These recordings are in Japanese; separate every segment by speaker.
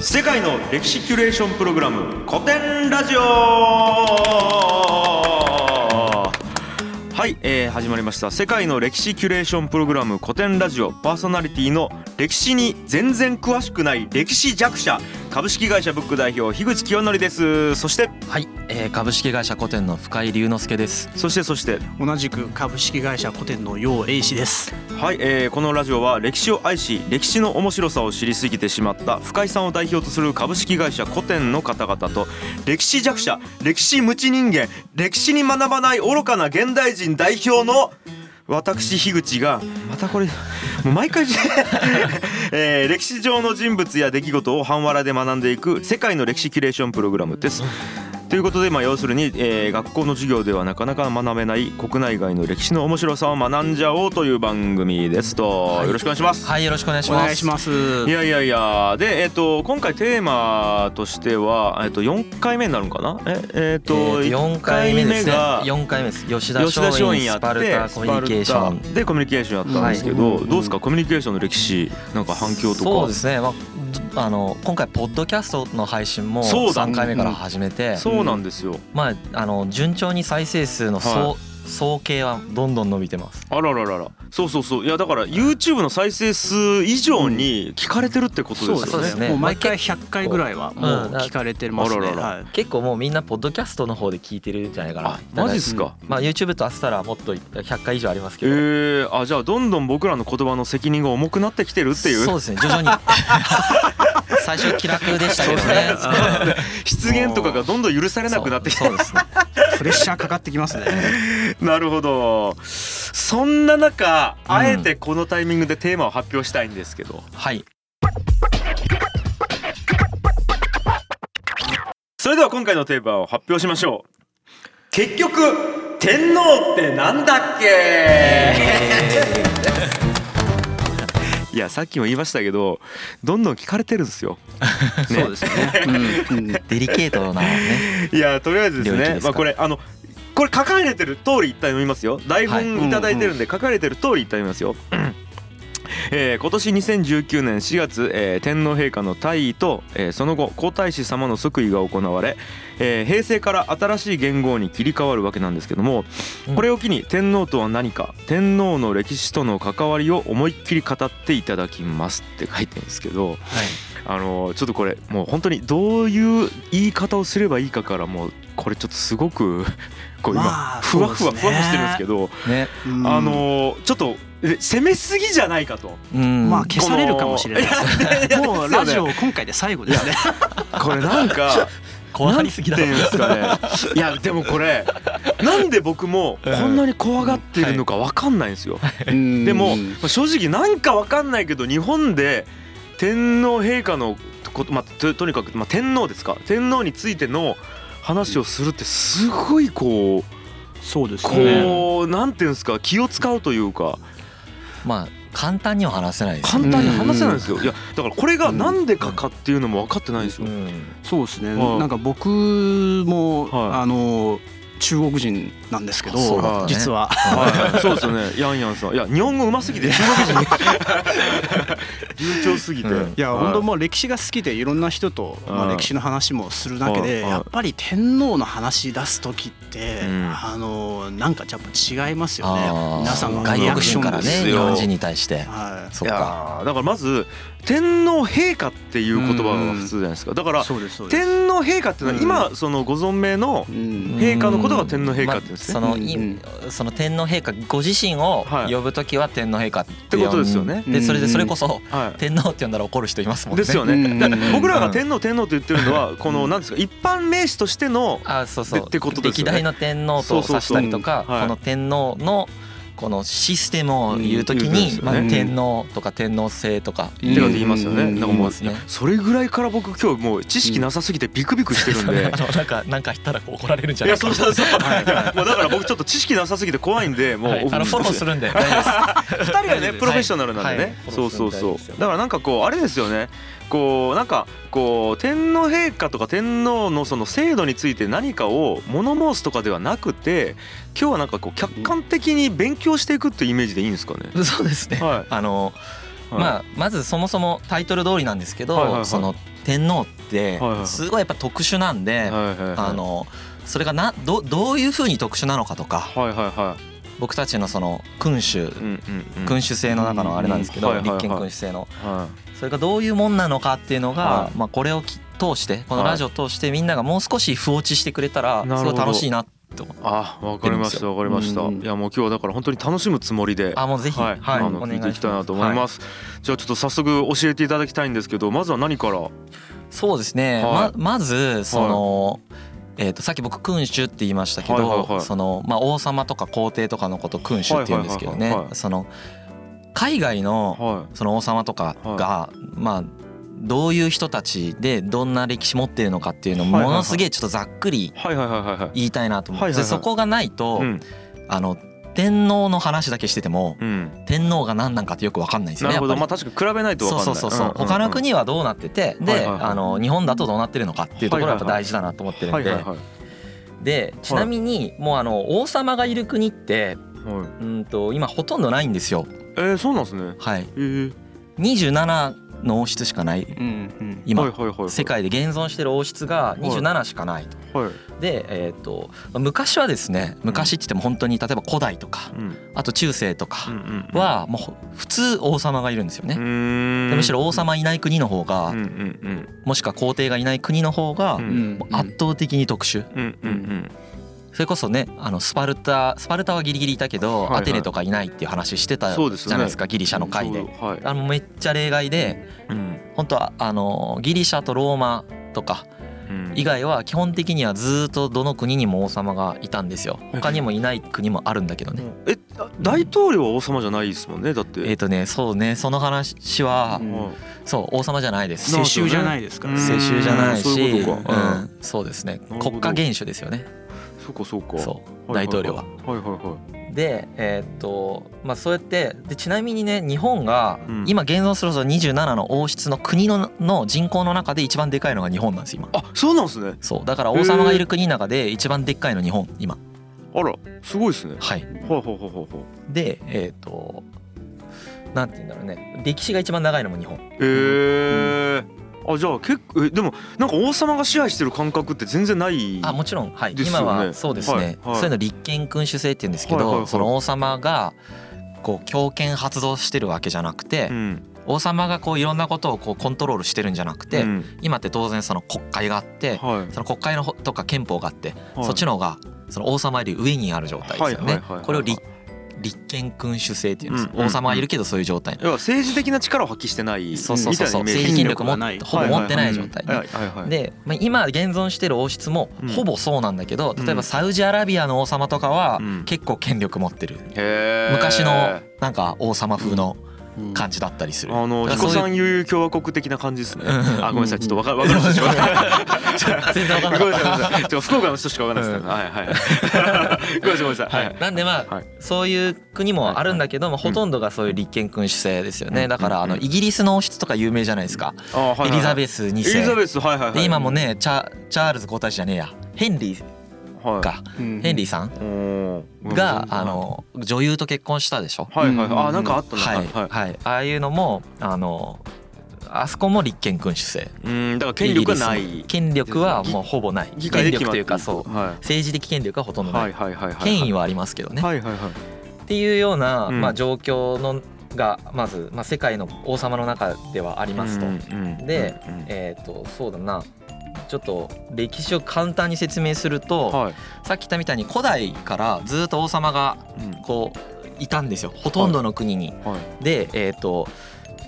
Speaker 1: 世界の歴史キュレーションプログラム古典ラジオはい、えー始まりました世界の歴史キュレーションプログラム古典ラジオパーソナリティの歴史に全然詳しくない歴史弱者株式会社ブック代表樋口清則ですそして
Speaker 2: はい、えー、株式会社古典の深井龍之介です。
Speaker 1: そしてそして
Speaker 3: 同じく株式会社古典の楊英氏です。
Speaker 1: はい、えーこのラジオは歴史を愛し歴史の面白さを知りすぎてしまった深井さんを代表とする株式会社古典の方々と歴史弱者歴史無知人間歴史に学ばない愚かな現代人代表の私樋口がまたこれもう毎回 えー歴史上の人物や出来事を半笑いで学んでいく世界の歴史キュレーションプログラムです。ということで、まあ、要するに、えー学校の授業ではなかなか学べない国内外の歴史の面白さを学んじゃおうという番組ですと、よろしくお願いします。
Speaker 2: はい、よろしくお願いし
Speaker 3: お
Speaker 2: ます。
Speaker 3: 願いします。
Speaker 1: いやいやいやでえっ、と今回テーマとしてはえっ、と四回目になるんかなええっ、
Speaker 2: えー
Speaker 1: と
Speaker 2: と
Speaker 1: 一
Speaker 2: 四回目ですね
Speaker 1: が。
Speaker 2: 四回目です。吉田
Speaker 1: 吉田松
Speaker 2: 松
Speaker 1: 陰
Speaker 2: 陰
Speaker 1: やっ
Speaker 2: ス
Speaker 1: て
Speaker 2: パルタコミュニケーショ
Speaker 1: ス
Speaker 2: ン
Speaker 1: パルタでコミュニケーションやったんですけど、
Speaker 3: はい
Speaker 1: どうですかコミュニケーションの歴史なんか反響とか
Speaker 2: そうですね。まあどあの今回ポッドキャストの配信も
Speaker 1: そうだ
Speaker 2: 三回目から始めて、
Speaker 1: そうなんですよ、
Speaker 2: まああの順調に再生数の総、
Speaker 1: は
Speaker 2: 総計はどんどん伸びてます。
Speaker 1: あららららそうそうそういやだから YouTube の再生数以上に聞かれてるってことです
Speaker 2: そ
Speaker 1: よ
Speaker 2: う
Speaker 1: ね、
Speaker 2: ですね
Speaker 3: もう毎回100回ぐらいはもう聞かれてますね。
Speaker 1: うんあららら
Speaker 3: はい。
Speaker 2: 結構もうみんなポッドキャストの方で聞いてるんじゃないかな。
Speaker 1: あマジっすか、
Speaker 2: まあ YouTube とあったらもっと100回以上ありますけど。
Speaker 1: えー、あじゃあどんどん僕らの言葉の責任が重くなってきてるっていう
Speaker 2: そうですね 徐々に最初気楽でしたけどね
Speaker 1: そうなんですね 失言とかがどんどん許されなくなってきて
Speaker 2: そうそうですね
Speaker 3: プレッシャーかかってき ますね。
Speaker 1: なるほどそんな中
Speaker 2: うん
Speaker 1: あえてこのタイミングでテーマを発表したいんですけど、
Speaker 2: はい
Speaker 1: それでは今回のテーマを発表しましょう結局天皇ってなんだっけいやさっきも言いましたけどどんどん聞かれてるんですよ
Speaker 3: そうですね。うんうん
Speaker 2: デリケートなね
Speaker 1: いやとりあえずです
Speaker 2: 領域
Speaker 1: ね
Speaker 2: ですか
Speaker 1: まあこれあのこれ書かれてる通り一旦読みますよ台本いただいてるんで書かれてる通り一旦読みますよ、 えー今年2019年4月、えー天皇陛下の退位と、えーその後皇太子様の即位が行われ、えー平成から新しい元号に切り替わるわけなんですけども
Speaker 2: うん
Speaker 1: これを機に天皇とは何か天皇の歴史との関わりを思いっきり語っていただきますって書いてるんですけど、
Speaker 2: はい
Speaker 1: あのちょっとこれもう本当にどういう言い方をすればいいかからもうこれちょっとすごく こう今、
Speaker 3: まあ
Speaker 1: ふわふわ
Speaker 3: そうです
Speaker 1: ふわふ
Speaker 3: ね
Speaker 1: わしてるんですけど、
Speaker 2: ね
Speaker 3: うん
Speaker 1: あのちょっとえ攻めすぎじゃないかと
Speaker 2: うん
Speaker 3: まあ消されるかもしれないですね。
Speaker 1: この
Speaker 3: もうラジオ今回で最後ですね。
Speaker 1: これなんか
Speaker 2: 怖がりすぎだ
Speaker 1: なんていうんですかねいやでもこれなんで僕もこんなに怖がってるのかわかんないんですよ。で
Speaker 3: で
Speaker 1: も、まあ正直なんかわかんないけど日本で天皇陛下のこと、まあ、ととにかく、まあ、天皇ですか天皇についての話をするってすごいこう
Speaker 3: そうですね。
Speaker 1: こうなんていうんですか気を使うというか
Speaker 2: まあ簡単には話せないですよ
Speaker 1: 簡単に話せないんですよいやだからこれがなんでかかっていうのも分かってないんですよ
Speaker 2: う。ん
Speaker 3: そうですね。
Speaker 1: はい
Speaker 3: なんか僕も
Speaker 1: はい
Speaker 3: あの中国人なんですけど
Speaker 2: あそうだったね、
Speaker 3: 実は。
Speaker 1: はい、そうですよね、ヤンヤンさん、いや、日本語うますぎて、中国人。流暢すぎて、
Speaker 2: うん
Speaker 3: いや
Speaker 1: はい
Speaker 3: 本当もう歴史が好きでいろんな人とま
Speaker 1: うん
Speaker 3: あ歴史の話もするだけで
Speaker 1: うん
Speaker 3: やっぱり天皇の話出す時って
Speaker 1: うん
Speaker 3: あのなんかやっぱ違いますよ
Speaker 2: あ
Speaker 3: ね
Speaker 2: ー
Speaker 3: 皆さんのリ
Speaker 2: 外
Speaker 3: アク
Speaker 2: 国
Speaker 3: ショ
Speaker 2: 人
Speaker 3: ン
Speaker 2: から
Speaker 3: も
Speaker 2: ね
Speaker 1: です
Speaker 2: 日
Speaker 1: よ
Speaker 2: 本人に対して
Speaker 3: は
Speaker 2: そ
Speaker 1: いう
Speaker 2: か
Speaker 1: やーだからまず天皇陛下っていう言葉が普通じゃないですかだから
Speaker 3: いそうですそうです
Speaker 1: 天皇陛下っていうのは今そのご存命の
Speaker 3: うん
Speaker 1: 陛下のことが天皇陛下って言うんですね
Speaker 2: まあその
Speaker 3: うん
Speaker 2: いその天皇陛下ご自身を
Speaker 1: はい
Speaker 2: 呼ぶときは天皇陛下って
Speaker 1: ってことですよね
Speaker 2: 呼んでそれでそれこそ
Speaker 1: は
Speaker 2: 天皇って呼んだら怒る人いますも
Speaker 1: い
Speaker 2: んね
Speaker 1: ですよ
Speaker 3: う
Speaker 1: ね
Speaker 3: ん
Speaker 1: だから僕らが天皇天皇って言ってるのはこのなんですか一般名詞としての
Speaker 2: あそうそう
Speaker 1: ってことですよ
Speaker 2: 歴
Speaker 1: ね
Speaker 2: 代の天皇と
Speaker 1: そう
Speaker 2: を
Speaker 1: そう
Speaker 2: 指
Speaker 1: そ
Speaker 2: し
Speaker 1: う
Speaker 2: たりとか
Speaker 1: うんはい
Speaker 2: この天皇のこのシステムを言うとき
Speaker 1: うん言う
Speaker 2: に、
Speaker 1: と
Speaker 2: まあ、
Speaker 1: ですよね
Speaker 2: 天皇とか天皇制とか
Speaker 3: うん
Speaker 1: ってこと言いますよね
Speaker 3: うん
Speaker 1: なんかもう
Speaker 2: 言いますね
Speaker 1: それぐらいから僕今日もう知識なさすぎてビクビクしてるん
Speaker 2: あ
Speaker 1: で。
Speaker 2: のなんかなんか言ったらこう怒られるんじゃ
Speaker 1: いや
Speaker 2: ないか
Speaker 1: そう
Speaker 2: な
Speaker 1: そうそういやもうだから僕ちょっと知識なさすぎて怖いんでもう
Speaker 2: はいあのフォローするんで大丈夫で
Speaker 1: 二
Speaker 2: す
Speaker 1: 人はね
Speaker 2: はい
Speaker 1: プロフェッショナルなんでね、
Speaker 2: はい
Speaker 1: そうそうそ
Speaker 2: は
Speaker 1: う
Speaker 2: い
Speaker 1: だからなんかこうあれですよねこうなんかこう天皇陛下とか天皇のその制度について何かを物申すとかではなくて今日は なんかこう客観的に勉強していくっていうイメージでいいんですかね、
Speaker 2: そうですね、
Speaker 1: はい
Speaker 2: あの
Speaker 1: はい
Speaker 2: まあ、まずそもそもタイトル通りなんですけど、
Speaker 1: はいはいはい
Speaker 2: その天皇って
Speaker 1: はいはい
Speaker 2: すごいやっぱ特殊なんで、
Speaker 1: はいはいはい
Speaker 2: あのそれがなどどういうふうに特殊なのかとか
Speaker 1: はいはいは
Speaker 2: 僕たちのその君主
Speaker 1: いうんうんうん
Speaker 2: 君主制の中のあれなんですけど、
Speaker 1: うんはいはいはい
Speaker 2: 立憲君主制の
Speaker 1: は
Speaker 2: それがどういうもんなのかっていうのが、
Speaker 1: は
Speaker 2: まあ、これをき通してこの
Speaker 1: はい
Speaker 2: ラジオを通してみんながもう少し不落ちしてくれたら
Speaker 1: なるほ
Speaker 2: すご
Speaker 1: ど
Speaker 2: い楽しいなって思う
Speaker 1: いあわかりましたわかりました
Speaker 3: うんうん
Speaker 1: いやもう今日はだから本当に楽しむつもりで
Speaker 2: あもうぜひ、
Speaker 1: はい、あの
Speaker 2: お願
Speaker 1: 聞い
Speaker 2: い
Speaker 1: ていきたいなと思
Speaker 2: し
Speaker 1: い
Speaker 2: すは
Speaker 1: ます。じゃあちょっと早速教えていただきたいんですけど、まずは何から。
Speaker 2: そうですね、
Speaker 1: はい
Speaker 2: ままずその、えー、とさっき僕君主って言いましたけど、
Speaker 1: はいはいはい
Speaker 2: そのまあ、王様とか皇帝とかのこと君主って言うんですけど
Speaker 1: はい
Speaker 2: ね
Speaker 1: はいはいはい
Speaker 2: その海外の
Speaker 1: は
Speaker 2: その王様とかが、まあどういう人たちでどんな歴史持ってるのかっていうのを
Speaker 1: はいはいは
Speaker 2: も
Speaker 1: い
Speaker 2: のすげえちょっとざっくり
Speaker 1: い。はいはいはいはいはい。
Speaker 2: 言いたいなと思って、
Speaker 1: はいはいはい
Speaker 2: そこがないと、
Speaker 1: うん
Speaker 2: あの天皇の話だけしてても
Speaker 1: うん。
Speaker 2: 天皇が何なんかってよく分かんないですよ
Speaker 1: な
Speaker 2: ね
Speaker 1: るほ
Speaker 2: やっぱ
Speaker 1: ど。
Speaker 2: り
Speaker 1: まあ確かに比べないとわかん
Speaker 2: そ
Speaker 1: な
Speaker 2: う
Speaker 1: い。
Speaker 2: そうそうそう、
Speaker 1: んんん
Speaker 2: 他の国はどうなっててで、
Speaker 1: はいはいはい
Speaker 2: あの日本だとどうなってるのかっていうところがやっぱ大事だなと思ってるんで、
Speaker 1: はいはいはい。
Speaker 2: でちなみにもうあの王様がいる国って
Speaker 1: はい。
Speaker 2: うんと今ほとんどないんですよ。
Speaker 1: えー、そうなんですね。
Speaker 2: はい、
Speaker 1: えー、
Speaker 2: 27の王室しかない
Speaker 3: うん
Speaker 2: 今、
Speaker 1: はいはいはい。
Speaker 2: 世。界で現存してる王室が27しかないと。
Speaker 1: はい。
Speaker 2: で、えー、と昔はですね昔って言っても本当に例えば古代とか
Speaker 1: うん。
Speaker 2: あと中世と
Speaker 1: うん
Speaker 2: か
Speaker 1: うん。。
Speaker 2: はもうほ普通王様がいるんですよ
Speaker 1: う
Speaker 2: ね。
Speaker 1: ーん。
Speaker 2: でむしろ王。様いない国の方
Speaker 1: う
Speaker 2: が
Speaker 1: んうんうん。
Speaker 2: もしくは皇帝がいない国の方が
Speaker 1: う
Speaker 3: うんんうん
Speaker 2: 圧倒的に特殊
Speaker 1: うんうんうん。
Speaker 2: それこそねあのスパルタスパルタはギリギリいたけ
Speaker 1: は
Speaker 2: ど、
Speaker 1: いはい
Speaker 2: アテネとかいないっていう話してたじ
Speaker 1: そ
Speaker 2: ゃ
Speaker 1: うですね
Speaker 2: ないですかギリシャの回で
Speaker 1: そう。はい。
Speaker 2: あのめっちゃ例外で
Speaker 1: うん。
Speaker 2: 本当はあのギリシャとローマとか
Speaker 1: うん
Speaker 2: 以。外は基本的にはずっとどの国にも王様がいたんですよ
Speaker 1: い
Speaker 2: 他にもいない国もあるんだけどね
Speaker 1: え、あ大統領は王様じゃないですもんね。だっ。
Speaker 2: えってとねそうねその話は
Speaker 3: うん
Speaker 1: はい
Speaker 2: そう王様じゃないです
Speaker 1: な
Speaker 3: 世襲じゃないですから
Speaker 1: うん
Speaker 3: ね
Speaker 2: 世襲じゃない
Speaker 1: そうい
Speaker 2: し
Speaker 1: う
Speaker 2: う
Speaker 1: ことかうん
Speaker 2: んそうですね
Speaker 1: ほど
Speaker 2: 国家元首ですよね
Speaker 1: そうかそうか。
Speaker 2: そう
Speaker 1: はいい
Speaker 2: 大
Speaker 1: い
Speaker 2: 統領は
Speaker 1: はいはいは
Speaker 2: でえーっとまあそうやってでちなみにね日本が
Speaker 1: うん
Speaker 2: 今現存するその27の王室の国のの人口の中で一番でかいのが日本なんです今
Speaker 1: い。あ、そうなんですね。
Speaker 2: そうだから王様がいる国の中で一番でっかいの日本今
Speaker 1: あら、すごいですね。
Speaker 2: はい
Speaker 1: ほうほうほうほうほう。
Speaker 2: でえーっとなんて言うんだろうね歴史が一番長いのも日本
Speaker 1: ええあ、じゃあ結構えでもなんか王様が支配してる感覚って全然ない。
Speaker 2: あもちろんはい
Speaker 1: ですよ
Speaker 2: 今
Speaker 1: ね
Speaker 2: はそうです
Speaker 1: はい
Speaker 2: ね
Speaker 1: はい
Speaker 2: そういうの立憲君主制って言うんですけ
Speaker 1: はいはいは
Speaker 2: ど
Speaker 1: い
Speaker 2: その王様がこう強権発動してるわけじゃなくて
Speaker 1: うん。
Speaker 2: 王様がこういろんなことをこうコントロールしてるんじゃなくて
Speaker 1: うん
Speaker 2: 今って当然その国会があって
Speaker 1: はい
Speaker 2: その国会のほとか憲法があって、
Speaker 1: はい。
Speaker 2: そっちの方がその王様より上にある状態ですよ
Speaker 1: はい
Speaker 2: ね
Speaker 1: はいはいはい。
Speaker 2: これを立立憲君主制っていうんで
Speaker 1: う
Speaker 2: す
Speaker 1: ん。うん
Speaker 2: 王様がいるけどそういう状態。
Speaker 1: 要は政治的な力を発揮してないみた
Speaker 2: そう
Speaker 1: い
Speaker 2: そうそう
Speaker 1: な
Speaker 2: そ
Speaker 1: イ
Speaker 2: う。
Speaker 1: メー
Speaker 2: 政
Speaker 1: ジ
Speaker 2: 治
Speaker 3: 権
Speaker 2: 権力も
Speaker 3: 権力がない
Speaker 2: ほぼ持ってない
Speaker 1: は
Speaker 2: 状
Speaker 1: い
Speaker 2: 態
Speaker 1: は
Speaker 2: ね。
Speaker 1: いはいはい。
Speaker 2: で、まあ、今現存してる王室も
Speaker 1: うん
Speaker 2: ほぼそうなんだけど、例え
Speaker 1: うん
Speaker 2: ばサウジアラビアの王様とかは
Speaker 1: うん
Speaker 2: 結構権力持ってる。
Speaker 1: へー
Speaker 2: 昔のなんか王様風の
Speaker 3: うん
Speaker 2: 感じだったりする。
Speaker 1: あの
Speaker 2: だ
Speaker 1: ヒ
Speaker 2: から
Speaker 1: コ
Speaker 2: そう
Speaker 1: さ
Speaker 2: いうん
Speaker 1: 悠々共和国的な感じですね。
Speaker 2: うん
Speaker 1: あごめんなさいちょっとわかわ かりませんでした。
Speaker 2: 全然わかんな
Speaker 1: ご
Speaker 2: か
Speaker 1: め
Speaker 2: っ
Speaker 1: んな
Speaker 2: た。
Speaker 1: さいごめんなさい。ちょっと福岡の人しかわかんないですね。はいはい。ごめんなさいごめんなさい。
Speaker 2: はい、なんでまあ、
Speaker 1: はい
Speaker 2: そういう国もあるんだけども、ほとんどがそういう立憲君主制ですよね、
Speaker 1: うん
Speaker 2: だからあの
Speaker 1: うん
Speaker 2: イギリスの王室とか有名じゃないですか、
Speaker 1: あはいはいはい
Speaker 2: エリザベス2世
Speaker 1: エリザベスはいはいはい。
Speaker 2: で今もねチャチャールズ皇太子じゃねえやヘンリー
Speaker 1: はい
Speaker 2: か、
Speaker 3: うん
Speaker 2: ヘンリーさん
Speaker 1: おー
Speaker 2: が、あの女優と結婚したでしょ、
Speaker 1: はいはいはいあ
Speaker 3: うん
Speaker 1: なんかあったな
Speaker 2: はいはい、ああいうのもあのあそこも立憲君主制
Speaker 1: うんだから権力がな
Speaker 2: イギリス
Speaker 1: い
Speaker 2: も権力はもうほぼない
Speaker 1: 議
Speaker 2: 権
Speaker 1: 会で決まっ
Speaker 2: 力と
Speaker 1: て
Speaker 2: い
Speaker 1: る
Speaker 2: うかそう
Speaker 1: は
Speaker 2: 政治的権力がほとん
Speaker 1: い
Speaker 2: どない、
Speaker 1: はいはいはいはい
Speaker 2: 権威
Speaker 1: は
Speaker 2: はありますけどね、
Speaker 1: はいはいはい
Speaker 2: っていうような、
Speaker 1: うん
Speaker 2: まあ、状況のがまず、まあ、世界の王様の中ではありますと。で
Speaker 1: うんうん
Speaker 2: えっ、とそうだなちょっと歴史を簡単に説明すると、
Speaker 1: はい
Speaker 2: さっき言ったみたいに古代からずっと王様が
Speaker 1: うん
Speaker 2: こういたんですよほとんどの国に。
Speaker 1: はい
Speaker 2: で、えー、と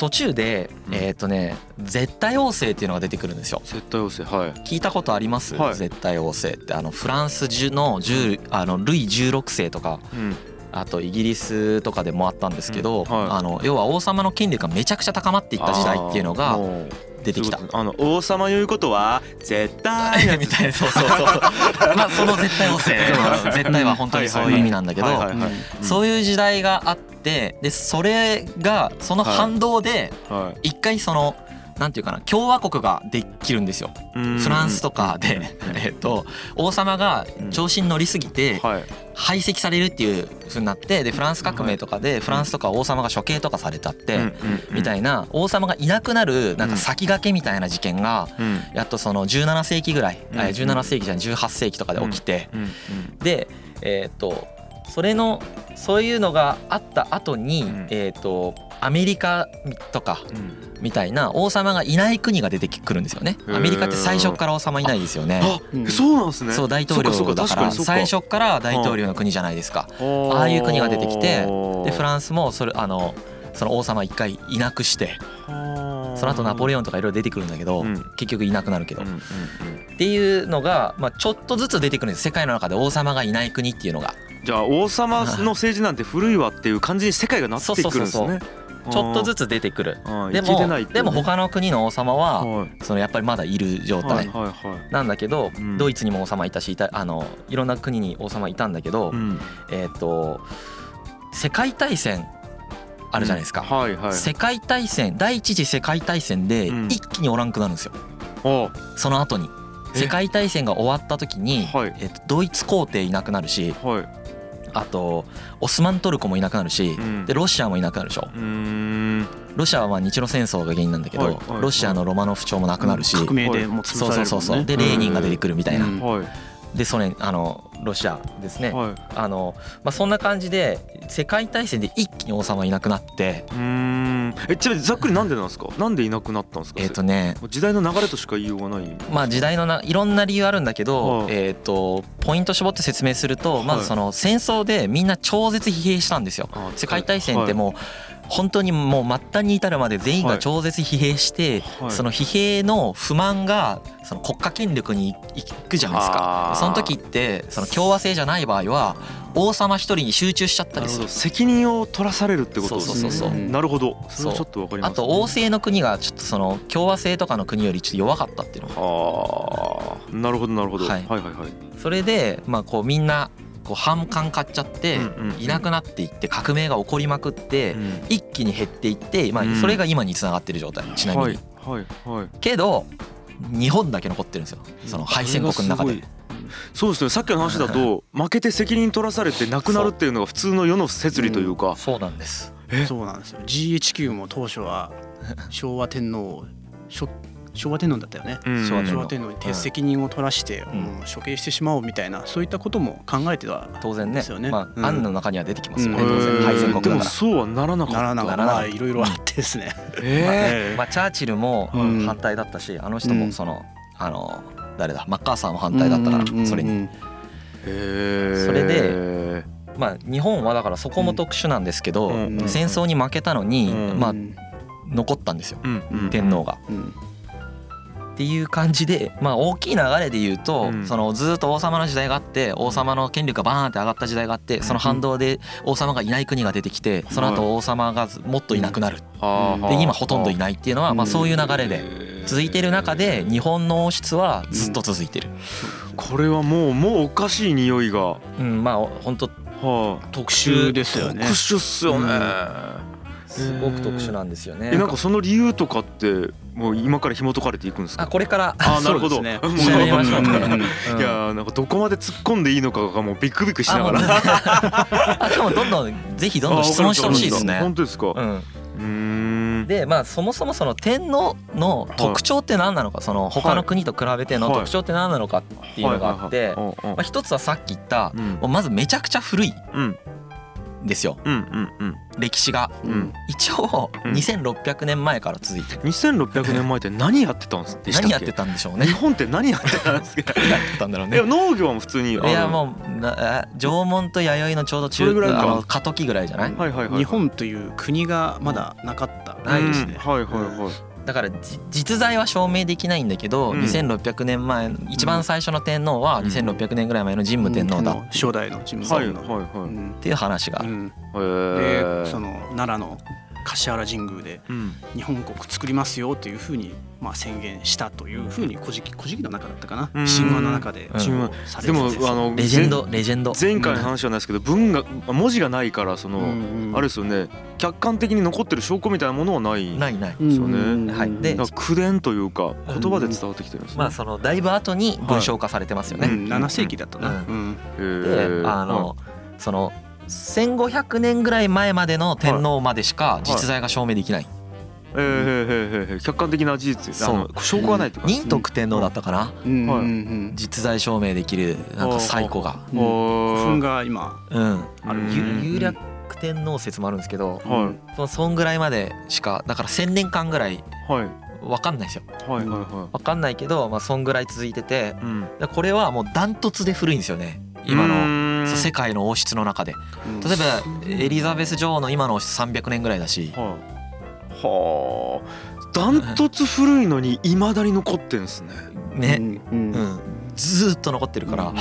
Speaker 2: 途中で、
Speaker 1: うん
Speaker 2: えっ、とね絶対王政っていうのが出てくるんですよ。
Speaker 1: 絶対要請はい
Speaker 2: 聞いたことあります、
Speaker 1: はい
Speaker 2: 絶対王政ってあのフランスの10あのルイ16世とか
Speaker 1: うん
Speaker 2: あとイギリスとかでもあったんですけ
Speaker 1: う
Speaker 2: ど、
Speaker 1: んはい
Speaker 2: あの要は王様の権力がめちゃくちゃ高まっていった時代っていうの
Speaker 1: あー
Speaker 2: が
Speaker 1: もう
Speaker 2: 出てきた
Speaker 1: そういう。ことあの王様言うことは絶対
Speaker 2: みたいなそうそう そうそうまあその絶対王政
Speaker 1: そう
Speaker 2: そう絶対は本当にそういう意味なんだけど
Speaker 1: はいはいはい
Speaker 2: そういう時代があってでそれがその反動で
Speaker 1: はい
Speaker 2: 一回そのなんていうかな共和国ができるんですよ。フ
Speaker 1: フ
Speaker 2: ランスとかで えっと王様が調子に乗りすぎて
Speaker 1: はい
Speaker 2: 排斥されるっていう風になってでフランス革命とかでフランスとか王様が処刑とかされたってみた
Speaker 1: い
Speaker 2: いな王様がいなくなるなんか先駆けみたいな事件
Speaker 1: な
Speaker 2: が
Speaker 1: うん
Speaker 2: やっとその17世紀ぐらい
Speaker 1: うん
Speaker 2: あ17世紀じゃない18世紀とかで起きて
Speaker 1: うん
Speaker 2: でえっとそれのそういうのがあった後に
Speaker 1: ん
Speaker 2: えっとアメリカとか
Speaker 1: うん
Speaker 2: みたいな王様がいない国が出てくるんですよね
Speaker 1: へー
Speaker 2: アメリカって最初から王様いないですよね
Speaker 1: あ
Speaker 3: うん
Speaker 1: そうなんですね
Speaker 2: そう大統領だから最初から大統領の国じゃないですかああいう国が出てきてでフ
Speaker 1: ン
Speaker 2: ランスもそれあのその王様一回いなくして
Speaker 1: ス
Speaker 2: その後ナポ
Speaker 1: レ
Speaker 2: レオンとかいろいろ出てくるんだけど、
Speaker 1: うん
Speaker 2: 結局いなくなるけど、
Speaker 1: うんうん
Speaker 2: っていうのが、まあ、ちょっとずつ出てくるんです世界の中で王様がいない国っていうのが
Speaker 1: じゃあ王様の政治なんて古いわっていう感じに世界がなってくるんです
Speaker 2: そうそう
Speaker 1: ね
Speaker 2: ちょっとず
Speaker 1: つ
Speaker 2: つ出てくる。
Speaker 1: で
Speaker 2: でも
Speaker 1: も
Speaker 2: でも他の国の王様は
Speaker 1: は
Speaker 2: そのやっぱりまだいる状
Speaker 1: い
Speaker 2: 態、
Speaker 1: はいはいはい
Speaker 2: なんだけど、
Speaker 1: うん
Speaker 2: ドイツにも王様いたしいたあのいろんな国に王様いたんだけど、
Speaker 1: うん
Speaker 2: えっ、と世界大戦あるじゃないですか、
Speaker 1: はいはい
Speaker 2: 世界大戦第一次世界大戦で
Speaker 1: うん
Speaker 2: 一気におらんくなるんですよ、
Speaker 1: お
Speaker 2: その後に
Speaker 1: え
Speaker 2: 世界大戦が終わった時に、
Speaker 1: はい
Speaker 2: えっとドイツ皇帝いなくなるし
Speaker 1: はい
Speaker 2: あとオスマントルコもいなくなるし、
Speaker 1: うん
Speaker 2: でロシアもいなくなるでしょ
Speaker 1: うーん
Speaker 2: ロシアはまあ日露戦争が原因なんだけど、
Speaker 1: はいはいはい
Speaker 2: ロシアのロマノフ朝もなくなるし、
Speaker 3: 革命でもう
Speaker 2: そ
Speaker 3: 潰され
Speaker 2: うそう
Speaker 3: る
Speaker 2: そ
Speaker 3: も
Speaker 2: うんそう
Speaker 3: ね
Speaker 2: でレーニンが出てくるみたいな、
Speaker 3: うん
Speaker 1: はい
Speaker 2: でソ連あのロシアですね、
Speaker 1: はい
Speaker 2: あのまあ、そんな感じで世界大戦で一気に王様いなくなって
Speaker 1: うーんえちなみにざっくりなんでなんですかなんでいなくなったんですか
Speaker 2: えっ、とね
Speaker 1: もう時代の流れとしか言いようがない
Speaker 2: まあ時代のないろんな理由あるんだけど、
Speaker 1: はい
Speaker 2: えっとポイント絞って説明するとまずその戦争でみんな超絶疲弊したんですよ。
Speaker 1: あ
Speaker 2: 世界大戦ってもう本当にもう末端に至るまで全員が超絶疲弊して
Speaker 1: はい
Speaker 2: その疲弊の不満がその国家権力に行くじゃないです
Speaker 1: あ
Speaker 2: か
Speaker 1: ー
Speaker 2: その時ってその共和制じゃない場合は王様一人に集中しちゃった
Speaker 1: なる
Speaker 2: り
Speaker 1: ほ
Speaker 2: する
Speaker 1: ど責任を取らされるってことですね
Speaker 2: そうそうそう
Speaker 3: そう
Speaker 1: なるほどそれはちょっとわかりま
Speaker 2: あ
Speaker 1: す
Speaker 2: と王政の国がちょっとその共和制とかの国よりちょっと弱かったっていうのが
Speaker 1: あーなるほどなるほど、
Speaker 2: は
Speaker 1: はいい、はいはい
Speaker 2: それでまあこうみんなこう反感買っちゃって
Speaker 1: うんうんうん
Speaker 2: いなくなっていって革命が起こりまくって
Speaker 1: うん
Speaker 2: 一気に減っていってま
Speaker 1: う
Speaker 2: あ
Speaker 1: ん
Speaker 2: それが今につながってる状態ちなみ
Speaker 1: は
Speaker 2: に
Speaker 1: い。はいはい
Speaker 2: けど日本だけ残ってるんですよその敗戦国の中
Speaker 1: これ
Speaker 2: で
Speaker 1: がすごいそうですねさっきの話だと負けて責任取らされてなくなるっていうのが普通の世の摂理というか、
Speaker 2: そうなんです
Speaker 3: そうなんですよ GHQ も当初は昭和天皇をしょ昭和天皇だったよね、
Speaker 1: うん
Speaker 2: 昭和天
Speaker 3: 昭
Speaker 2: 皇
Speaker 3: 和天皇に手責任を取らして、もう処刑してしまおうみたいなそういったことも考えては
Speaker 2: 当然ね
Speaker 3: ですよね
Speaker 2: ま
Speaker 3: う
Speaker 2: あ
Speaker 3: ん
Speaker 2: 案の中には出てきますよね
Speaker 3: う
Speaker 2: 当
Speaker 3: ん
Speaker 2: 然敗戦
Speaker 1: へー
Speaker 2: 国
Speaker 1: で
Speaker 2: だ
Speaker 1: も
Speaker 2: か
Speaker 1: そうはならな
Speaker 3: な
Speaker 1: からっ
Speaker 3: なかった
Speaker 2: ならなか
Speaker 3: ま
Speaker 2: った
Speaker 3: あいろいろあってですね。
Speaker 1: たえ
Speaker 2: ら
Speaker 3: え
Speaker 2: まあチャーチルも
Speaker 3: うん
Speaker 2: 反対だったしあの人もそのあの誰だマッカーサーも反対だったか
Speaker 3: うんうんうん
Speaker 2: らそれに
Speaker 1: ーへー
Speaker 2: それでまあ日本はだからそこも特殊なんですけど
Speaker 1: うん
Speaker 3: うん
Speaker 2: 戦争に負けたのに
Speaker 1: うん
Speaker 2: まあ
Speaker 3: うん
Speaker 2: 残ったんですよ
Speaker 1: うんうん
Speaker 2: 天皇が。
Speaker 3: うん
Speaker 2: っていう感じでまあ大きい流れで言うと、
Speaker 1: うん
Speaker 2: そのずーっと王様の時代があって王様の権力がバーンって上がった時代があってその反動で王様がいない国が出てきてその後王様がずもっといなくなる
Speaker 1: はあはあ
Speaker 2: で今ほとんどいないっていうのはまあ
Speaker 3: うん
Speaker 2: そういう流れで続いてる中で日本の王室はずっと続いてる。
Speaker 1: これはもうもうおかしい匂いがは
Speaker 2: うん、まあ本当
Speaker 1: あ
Speaker 3: 特集ですよね
Speaker 1: 特。殊っすよね、
Speaker 3: うん
Speaker 2: すごく特殊なんですよね
Speaker 1: え。なんかその理由とかってもう今から紐解かれていくんです
Speaker 2: あ
Speaker 1: か
Speaker 2: これから
Speaker 1: あーなるほど
Speaker 3: そうですね
Speaker 1: もう
Speaker 2: 調べましょうね。
Speaker 3: うん
Speaker 2: うん
Speaker 1: いやーなんかどこまで突っ込んでいいのかがもうビクビクしながら
Speaker 2: あもう あでもどんどんぜひどんどん質問してほしいです
Speaker 1: あ
Speaker 2: ね。
Speaker 1: 本当ですか。
Speaker 2: うん
Speaker 1: うーん。
Speaker 2: でまあそもそもその天皇の特徴って何なのかその他の国と比べての
Speaker 1: はい
Speaker 2: 特徴って何なのかっていうのがあってま
Speaker 1: はいはい
Speaker 2: あ
Speaker 1: はい
Speaker 2: 一つはさっき言った
Speaker 1: うん
Speaker 2: もうまずめちゃくちゃ古いん
Speaker 1: うん
Speaker 2: ですよ
Speaker 1: うんうんうん
Speaker 2: 歴史が
Speaker 1: うんうん。
Speaker 2: 一応
Speaker 1: うん
Speaker 2: 2600年前から続いてる
Speaker 1: 2600年前って何やってたんですでしたっ
Speaker 2: 何
Speaker 1: け？
Speaker 2: やってたんでしょうね
Speaker 1: 日本って何やってたんですか？
Speaker 2: 何やってたんだろう
Speaker 1: い
Speaker 2: ね
Speaker 1: や農業も普通に。
Speaker 2: い
Speaker 1: あの
Speaker 2: やもうな縄文と弥生のちょうど
Speaker 1: それぐらい
Speaker 2: 中
Speaker 1: か
Speaker 2: あの過渡期ぐらいじゃない
Speaker 1: はいはいはい。
Speaker 3: 日本という国がまだなかった。
Speaker 2: ないです
Speaker 1: うんはいはいはい。
Speaker 2: だからじ実在は証明できないんだけど
Speaker 1: うん
Speaker 2: 2600年前一番最初の天皇は
Speaker 1: うん
Speaker 2: 2600年ぐらい前の神武天皇だっ
Speaker 3: 初代の神武
Speaker 1: はい
Speaker 3: 天皇。
Speaker 1: は
Speaker 3: う
Speaker 1: い
Speaker 3: ん
Speaker 2: ていう話が
Speaker 3: うん
Speaker 1: はい。へ
Speaker 3: で
Speaker 1: ー
Speaker 3: その奈良の橿原神宮で
Speaker 1: うん
Speaker 3: 日本国作りますよというふうに、まあ、宣言したというふうに「古事記」古事記の中だったかな
Speaker 1: うん
Speaker 3: 神話の中で
Speaker 2: うん
Speaker 1: 神話
Speaker 3: され
Speaker 1: で
Speaker 3: て
Speaker 1: も
Speaker 3: て
Speaker 1: あの
Speaker 2: レジェンドレジェンド
Speaker 1: 前前回の話じゃないですけど文が文字がないからその、
Speaker 3: うんうん
Speaker 1: あれですよね客観的に残ってる証拠みたいなものはない
Speaker 2: ないない
Speaker 3: うん
Speaker 1: そうね
Speaker 3: うん
Speaker 2: はいで
Speaker 1: だから口伝というか言葉で伝わってきてるんですね、
Speaker 2: まあそのだいぶ後に文章化されてますよ
Speaker 3: う
Speaker 2: ね。
Speaker 3: ん7世紀だったな、
Speaker 2: う
Speaker 3: うん
Speaker 1: へ
Speaker 2: で
Speaker 1: ー
Speaker 2: あの、その1500年ぐらい前までの天皇までしか実在が証明できない。
Speaker 1: えーへーへーへーへー客観的な事実あ
Speaker 2: そう
Speaker 1: の証拠がないとか、
Speaker 2: 仁徳天皇だったかな、
Speaker 3: うん
Speaker 1: はい
Speaker 3: うん
Speaker 2: 実在証明できるなんか最古が。
Speaker 3: うん古墳が今
Speaker 2: うん、
Speaker 3: あ
Speaker 1: う
Speaker 3: る
Speaker 1: ん
Speaker 2: ゆ有略天皇説もあるんですけ
Speaker 1: は
Speaker 2: ど
Speaker 1: い
Speaker 2: そのそんぐらいまでしかだから1,000年間ぐらい
Speaker 1: はい
Speaker 2: 分かんないですよ
Speaker 1: はいはいは
Speaker 2: 分かんないけど、まあ、そんぐらい続いてて
Speaker 1: い、うん、
Speaker 2: でこれはもうダントツで古いんですよね今の
Speaker 1: の
Speaker 2: そう世界の王室の中で例えばエリザベス女王の今の王室300年ぐらいだし
Speaker 1: はいはあダントツ古いのにいまだに残ってんですね
Speaker 3: ね
Speaker 2: ね、うん、ずーっと残ってるから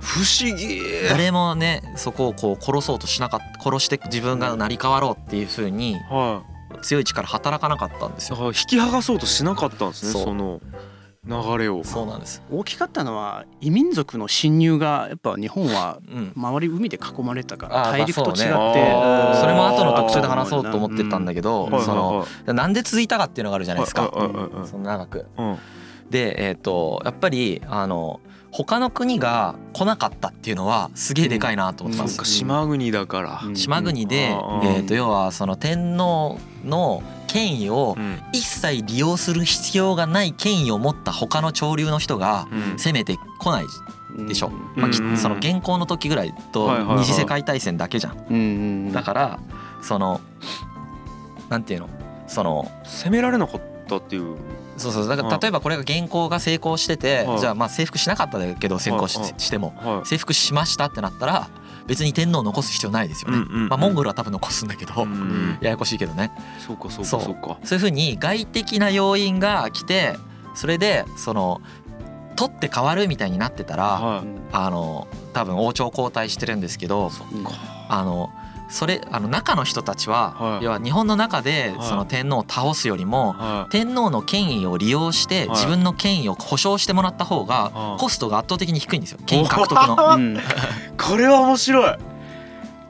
Speaker 1: 不思議
Speaker 2: 誰もねそこをこう殺そうとしなかった殺して自分が成り代わろうっていうふうに
Speaker 1: は
Speaker 2: 強い力働かなかったんで
Speaker 1: い
Speaker 2: す
Speaker 1: だ
Speaker 2: よ
Speaker 1: から引き剥がそうとしなかったんですね
Speaker 2: そう
Speaker 1: その流れを
Speaker 2: そうなんです
Speaker 3: 大きかったのは異民族の侵入がやっぱ日本は
Speaker 2: うん
Speaker 3: 周り海で囲まれてたか
Speaker 2: あーま
Speaker 3: ら
Speaker 2: あ
Speaker 3: 大陸と違って、
Speaker 2: そうね
Speaker 1: あー
Speaker 2: それも後の特集で話そうと思ってたんだけど、
Speaker 1: は
Speaker 3: うん
Speaker 1: いはい
Speaker 2: その
Speaker 1: はい
Speaker 2: なんで続いたかっていうのがあるじゃないですか、
Speaker 1: はいはいはいはい
Speaker 2: その長く。
Speaker 1: うん
Speaker 2: で、えー、とやっぱりあの他の国が来なかったっていうのはすげえでかいなと思って
Speaker 1: そ
Speaker 2: ま
Speaker 1: っ
Speaker 2: す。
Speaker 1: か島国だから
Speaker 3: うん
Speaker 2: 島国で、
Speaker 1: うん
Speaker 2: えー、と要はその天皇の権威を
Speaker 1: うん
Speaker 2: 一切利用する必要がない権威を持った他の潮流の人が
Speaker 1: うん
Speaker 2: 攻めてこな
Speaker 3: う
Speaker 2: い、
Speaker 3: ん
Speaker 2: でしょ
Speaker 1: うん
Speaker 2: まあ、き
Speaker 1: うん
Speaker 2: その現行の時ぐらいと
Speaker 1: はいはいはい
Speaker 2: 二次世界大戦だけじゃん。
Speaker 3: うんうん
Speaker 2: だからそのなんていうのその
Speaker 1: 攻められなかったっていう
Speaker 2: そうそうだか
Speaker 1: う
Speaker 2: ら
Speaker 1: ん
Speaker 2: 例えばこれが現行が成功してて
Speaker 1: うん
Speaker 2: じゃあまあ征服しなかったけど成功し
Speaker 1: うんうん
Speaker 2: しても
Speaker 1: は
Speaker 2: 征服しましたってなったら別に天皇を残す必要ないですよね。
Speaker 1: うんうんうん
Speaker 2: まあ、モンゴルは多分残すんだけど、
Speaker 1: うん
Speaker 2: ややこしいけどね
Speaker 1: いそうかそう
Speaker 2: そ
Speaker 1: か
Speaker 2: う
Speaker 1: そうか
Speaker 2: そういうふうに外的な要因が来てそれでその取って変わるみたいになってたら、
Speaker 1: は
Speaker 2: あの多分王朝交代してるんですけど
Speaker 3: うん
Speaker 2: あのそれあの中の人たちは、
Speaker 1: はい
Speaker 2: 要は日本の中で
Speaker 1: はい
Speaker 2: その天皇を倒すより
Speaker 1: い
Speaker 2: も、
Speaker 1: は
Speaker 2: 天皇の権威を利用して
Speaker 1: い
Speaker 2: 自分の権威を保証してもらった方
Speaker 1: は
Speaker 2: が
Speaker 1: い
Speaker 2: コストが圧倒的に低いんですよ権威獲得の。
Speaker 3: うん
Speaker 1: いこれは面白い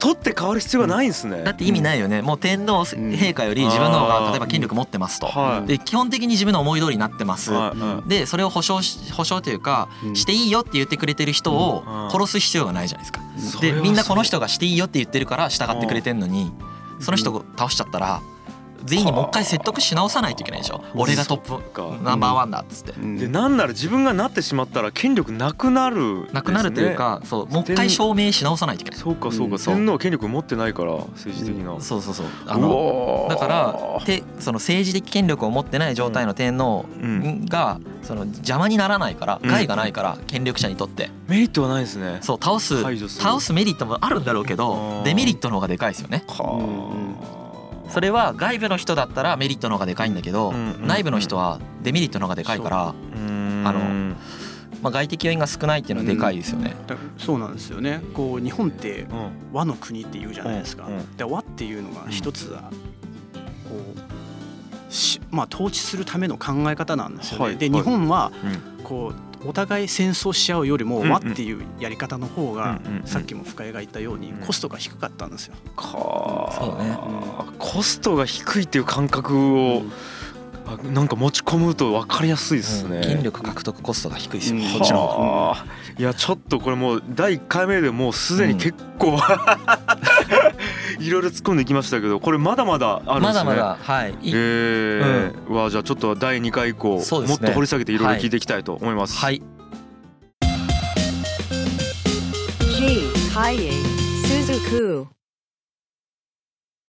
Speaker 1: 取って変わる必要がないんですね
Speaker 2: だって意味ないよねもう天皇陛下より
Speaker 1: うん
Speaker 2: 自分の方
Speaker 1: あー
Speaker 2: が例えば権力持ってますと。
Speaker 1: は
Speaker 2: で基本的に自分の思い通りになってます。
Speaker 1: はいはい
Speaker 2: でそれを保証し保証というか
Speaker 3: うん
Speaker 2: していいよって言ってくれてる人を
Speaker 1: うん
Speaker 2: 殺す必要がないじゃないですか。
Speaker 1: それ
Speaker 2: で
Speaker 1: は
Speaker 2: みんなこの人がしていいよって言ってるから従ってくれてんのにその人を倒しちゃったら全員にもう一回説得し直さないといけないでしょ
Speaker 1: はあ
Speaker 2: 俺がトッ
Speaker 1: っか
Speaker 2: プナンバーワンだっつって。
Speaker 3: うん
Speaker 1: でなんなら自分がなってしまったら権力なくなる、
Speaker 2: なくなるというかそうもう一回証明し直さないといけ
Speaker 1: で
Speaker 2: ない
Speaker 1: すねそうかそうか、
Speaker 3: うん
Speaker 2: そう
Speaker 1: 天皇は権力持ってないから政治的な、う
Speaker 2: そうそうそうあの
Speaker 1: わー
Speaker 2: だからてその政治的権力を持ってない状態の天皇
Speaker 1: うん、
Speaker 2: がその邪魔にならないから
Speaker 1: うん
Speaker 2: 害がないから権力者にとって
Speaker 1: メリットはないですね
Speaker 2: そう倒す
Speaker 1: 排除する
Speaker 2: 倒すメリットもあるんだろうけ
Speaker 1: あー
Speaker 2: どデメリットの方がでかいですよね
Speaker 1: はあ
Speaker 2: それは外部の人だったらメリットの方がでかいんだけど
Speaker 1: うんうん
Speaker 2: 内部の人はデメリットの方がでかいから
Speaker 1: うーん
Speaker 2: あのまあ外的要因が少ないっていうのはでかいですよね
Speaker 3: だそうなんですよねこう日本って
Speaker 1: うん
Speaker 3: 和の国って言うじゃないですか、
Speaker 1: うんうん
Speaker 3: で和っていうのが一つはこうしまあ統治するための考え方なんですよね、
Speaker 1: はい
Speaker 3: で
Speaker 1: はい
Speaker 3: 日本は
Speaker 1: うん
Speaker 3: こうお互い戦争し合うよりも
Speaker 1: うんうん
Speaker 3: 和っていうやり方の方が
Speaker 1: うんうんうん
Speaker 3: さっきも深井が言ったように
Speaker 1: うん
Speaker 3: コストが低かったんですよ。
Speaker 1: か
Speaker 2: そうだね
Speaker 1: コストが低いっていう感覚を、あなんか持ち込むと分かりやすいですね、
Speaker 2: うん権力獲得コストが低いですよ
Speaker 3: うん
Speaker 2: こっちの方が
Speaker 1: はあいやちょっとこれもう第1回目でもうすでに結構、 いろいろ突っ込んでいきましたけどこれまだまだあるんですね
Speaker 2: まだまだはい
Speaker 1: え
Speaker 2: い
Speaker 1: ーうわじゃあちょっと第2回以降、
Speaker 2: そうで
Speaker 1: もっ
Speaker 2: すね
Speaker 1: と掘り下げていろいろ聞いていきたいと思います、
Speaker 2: はい
Speaker 4: G. Kaye Suzuku.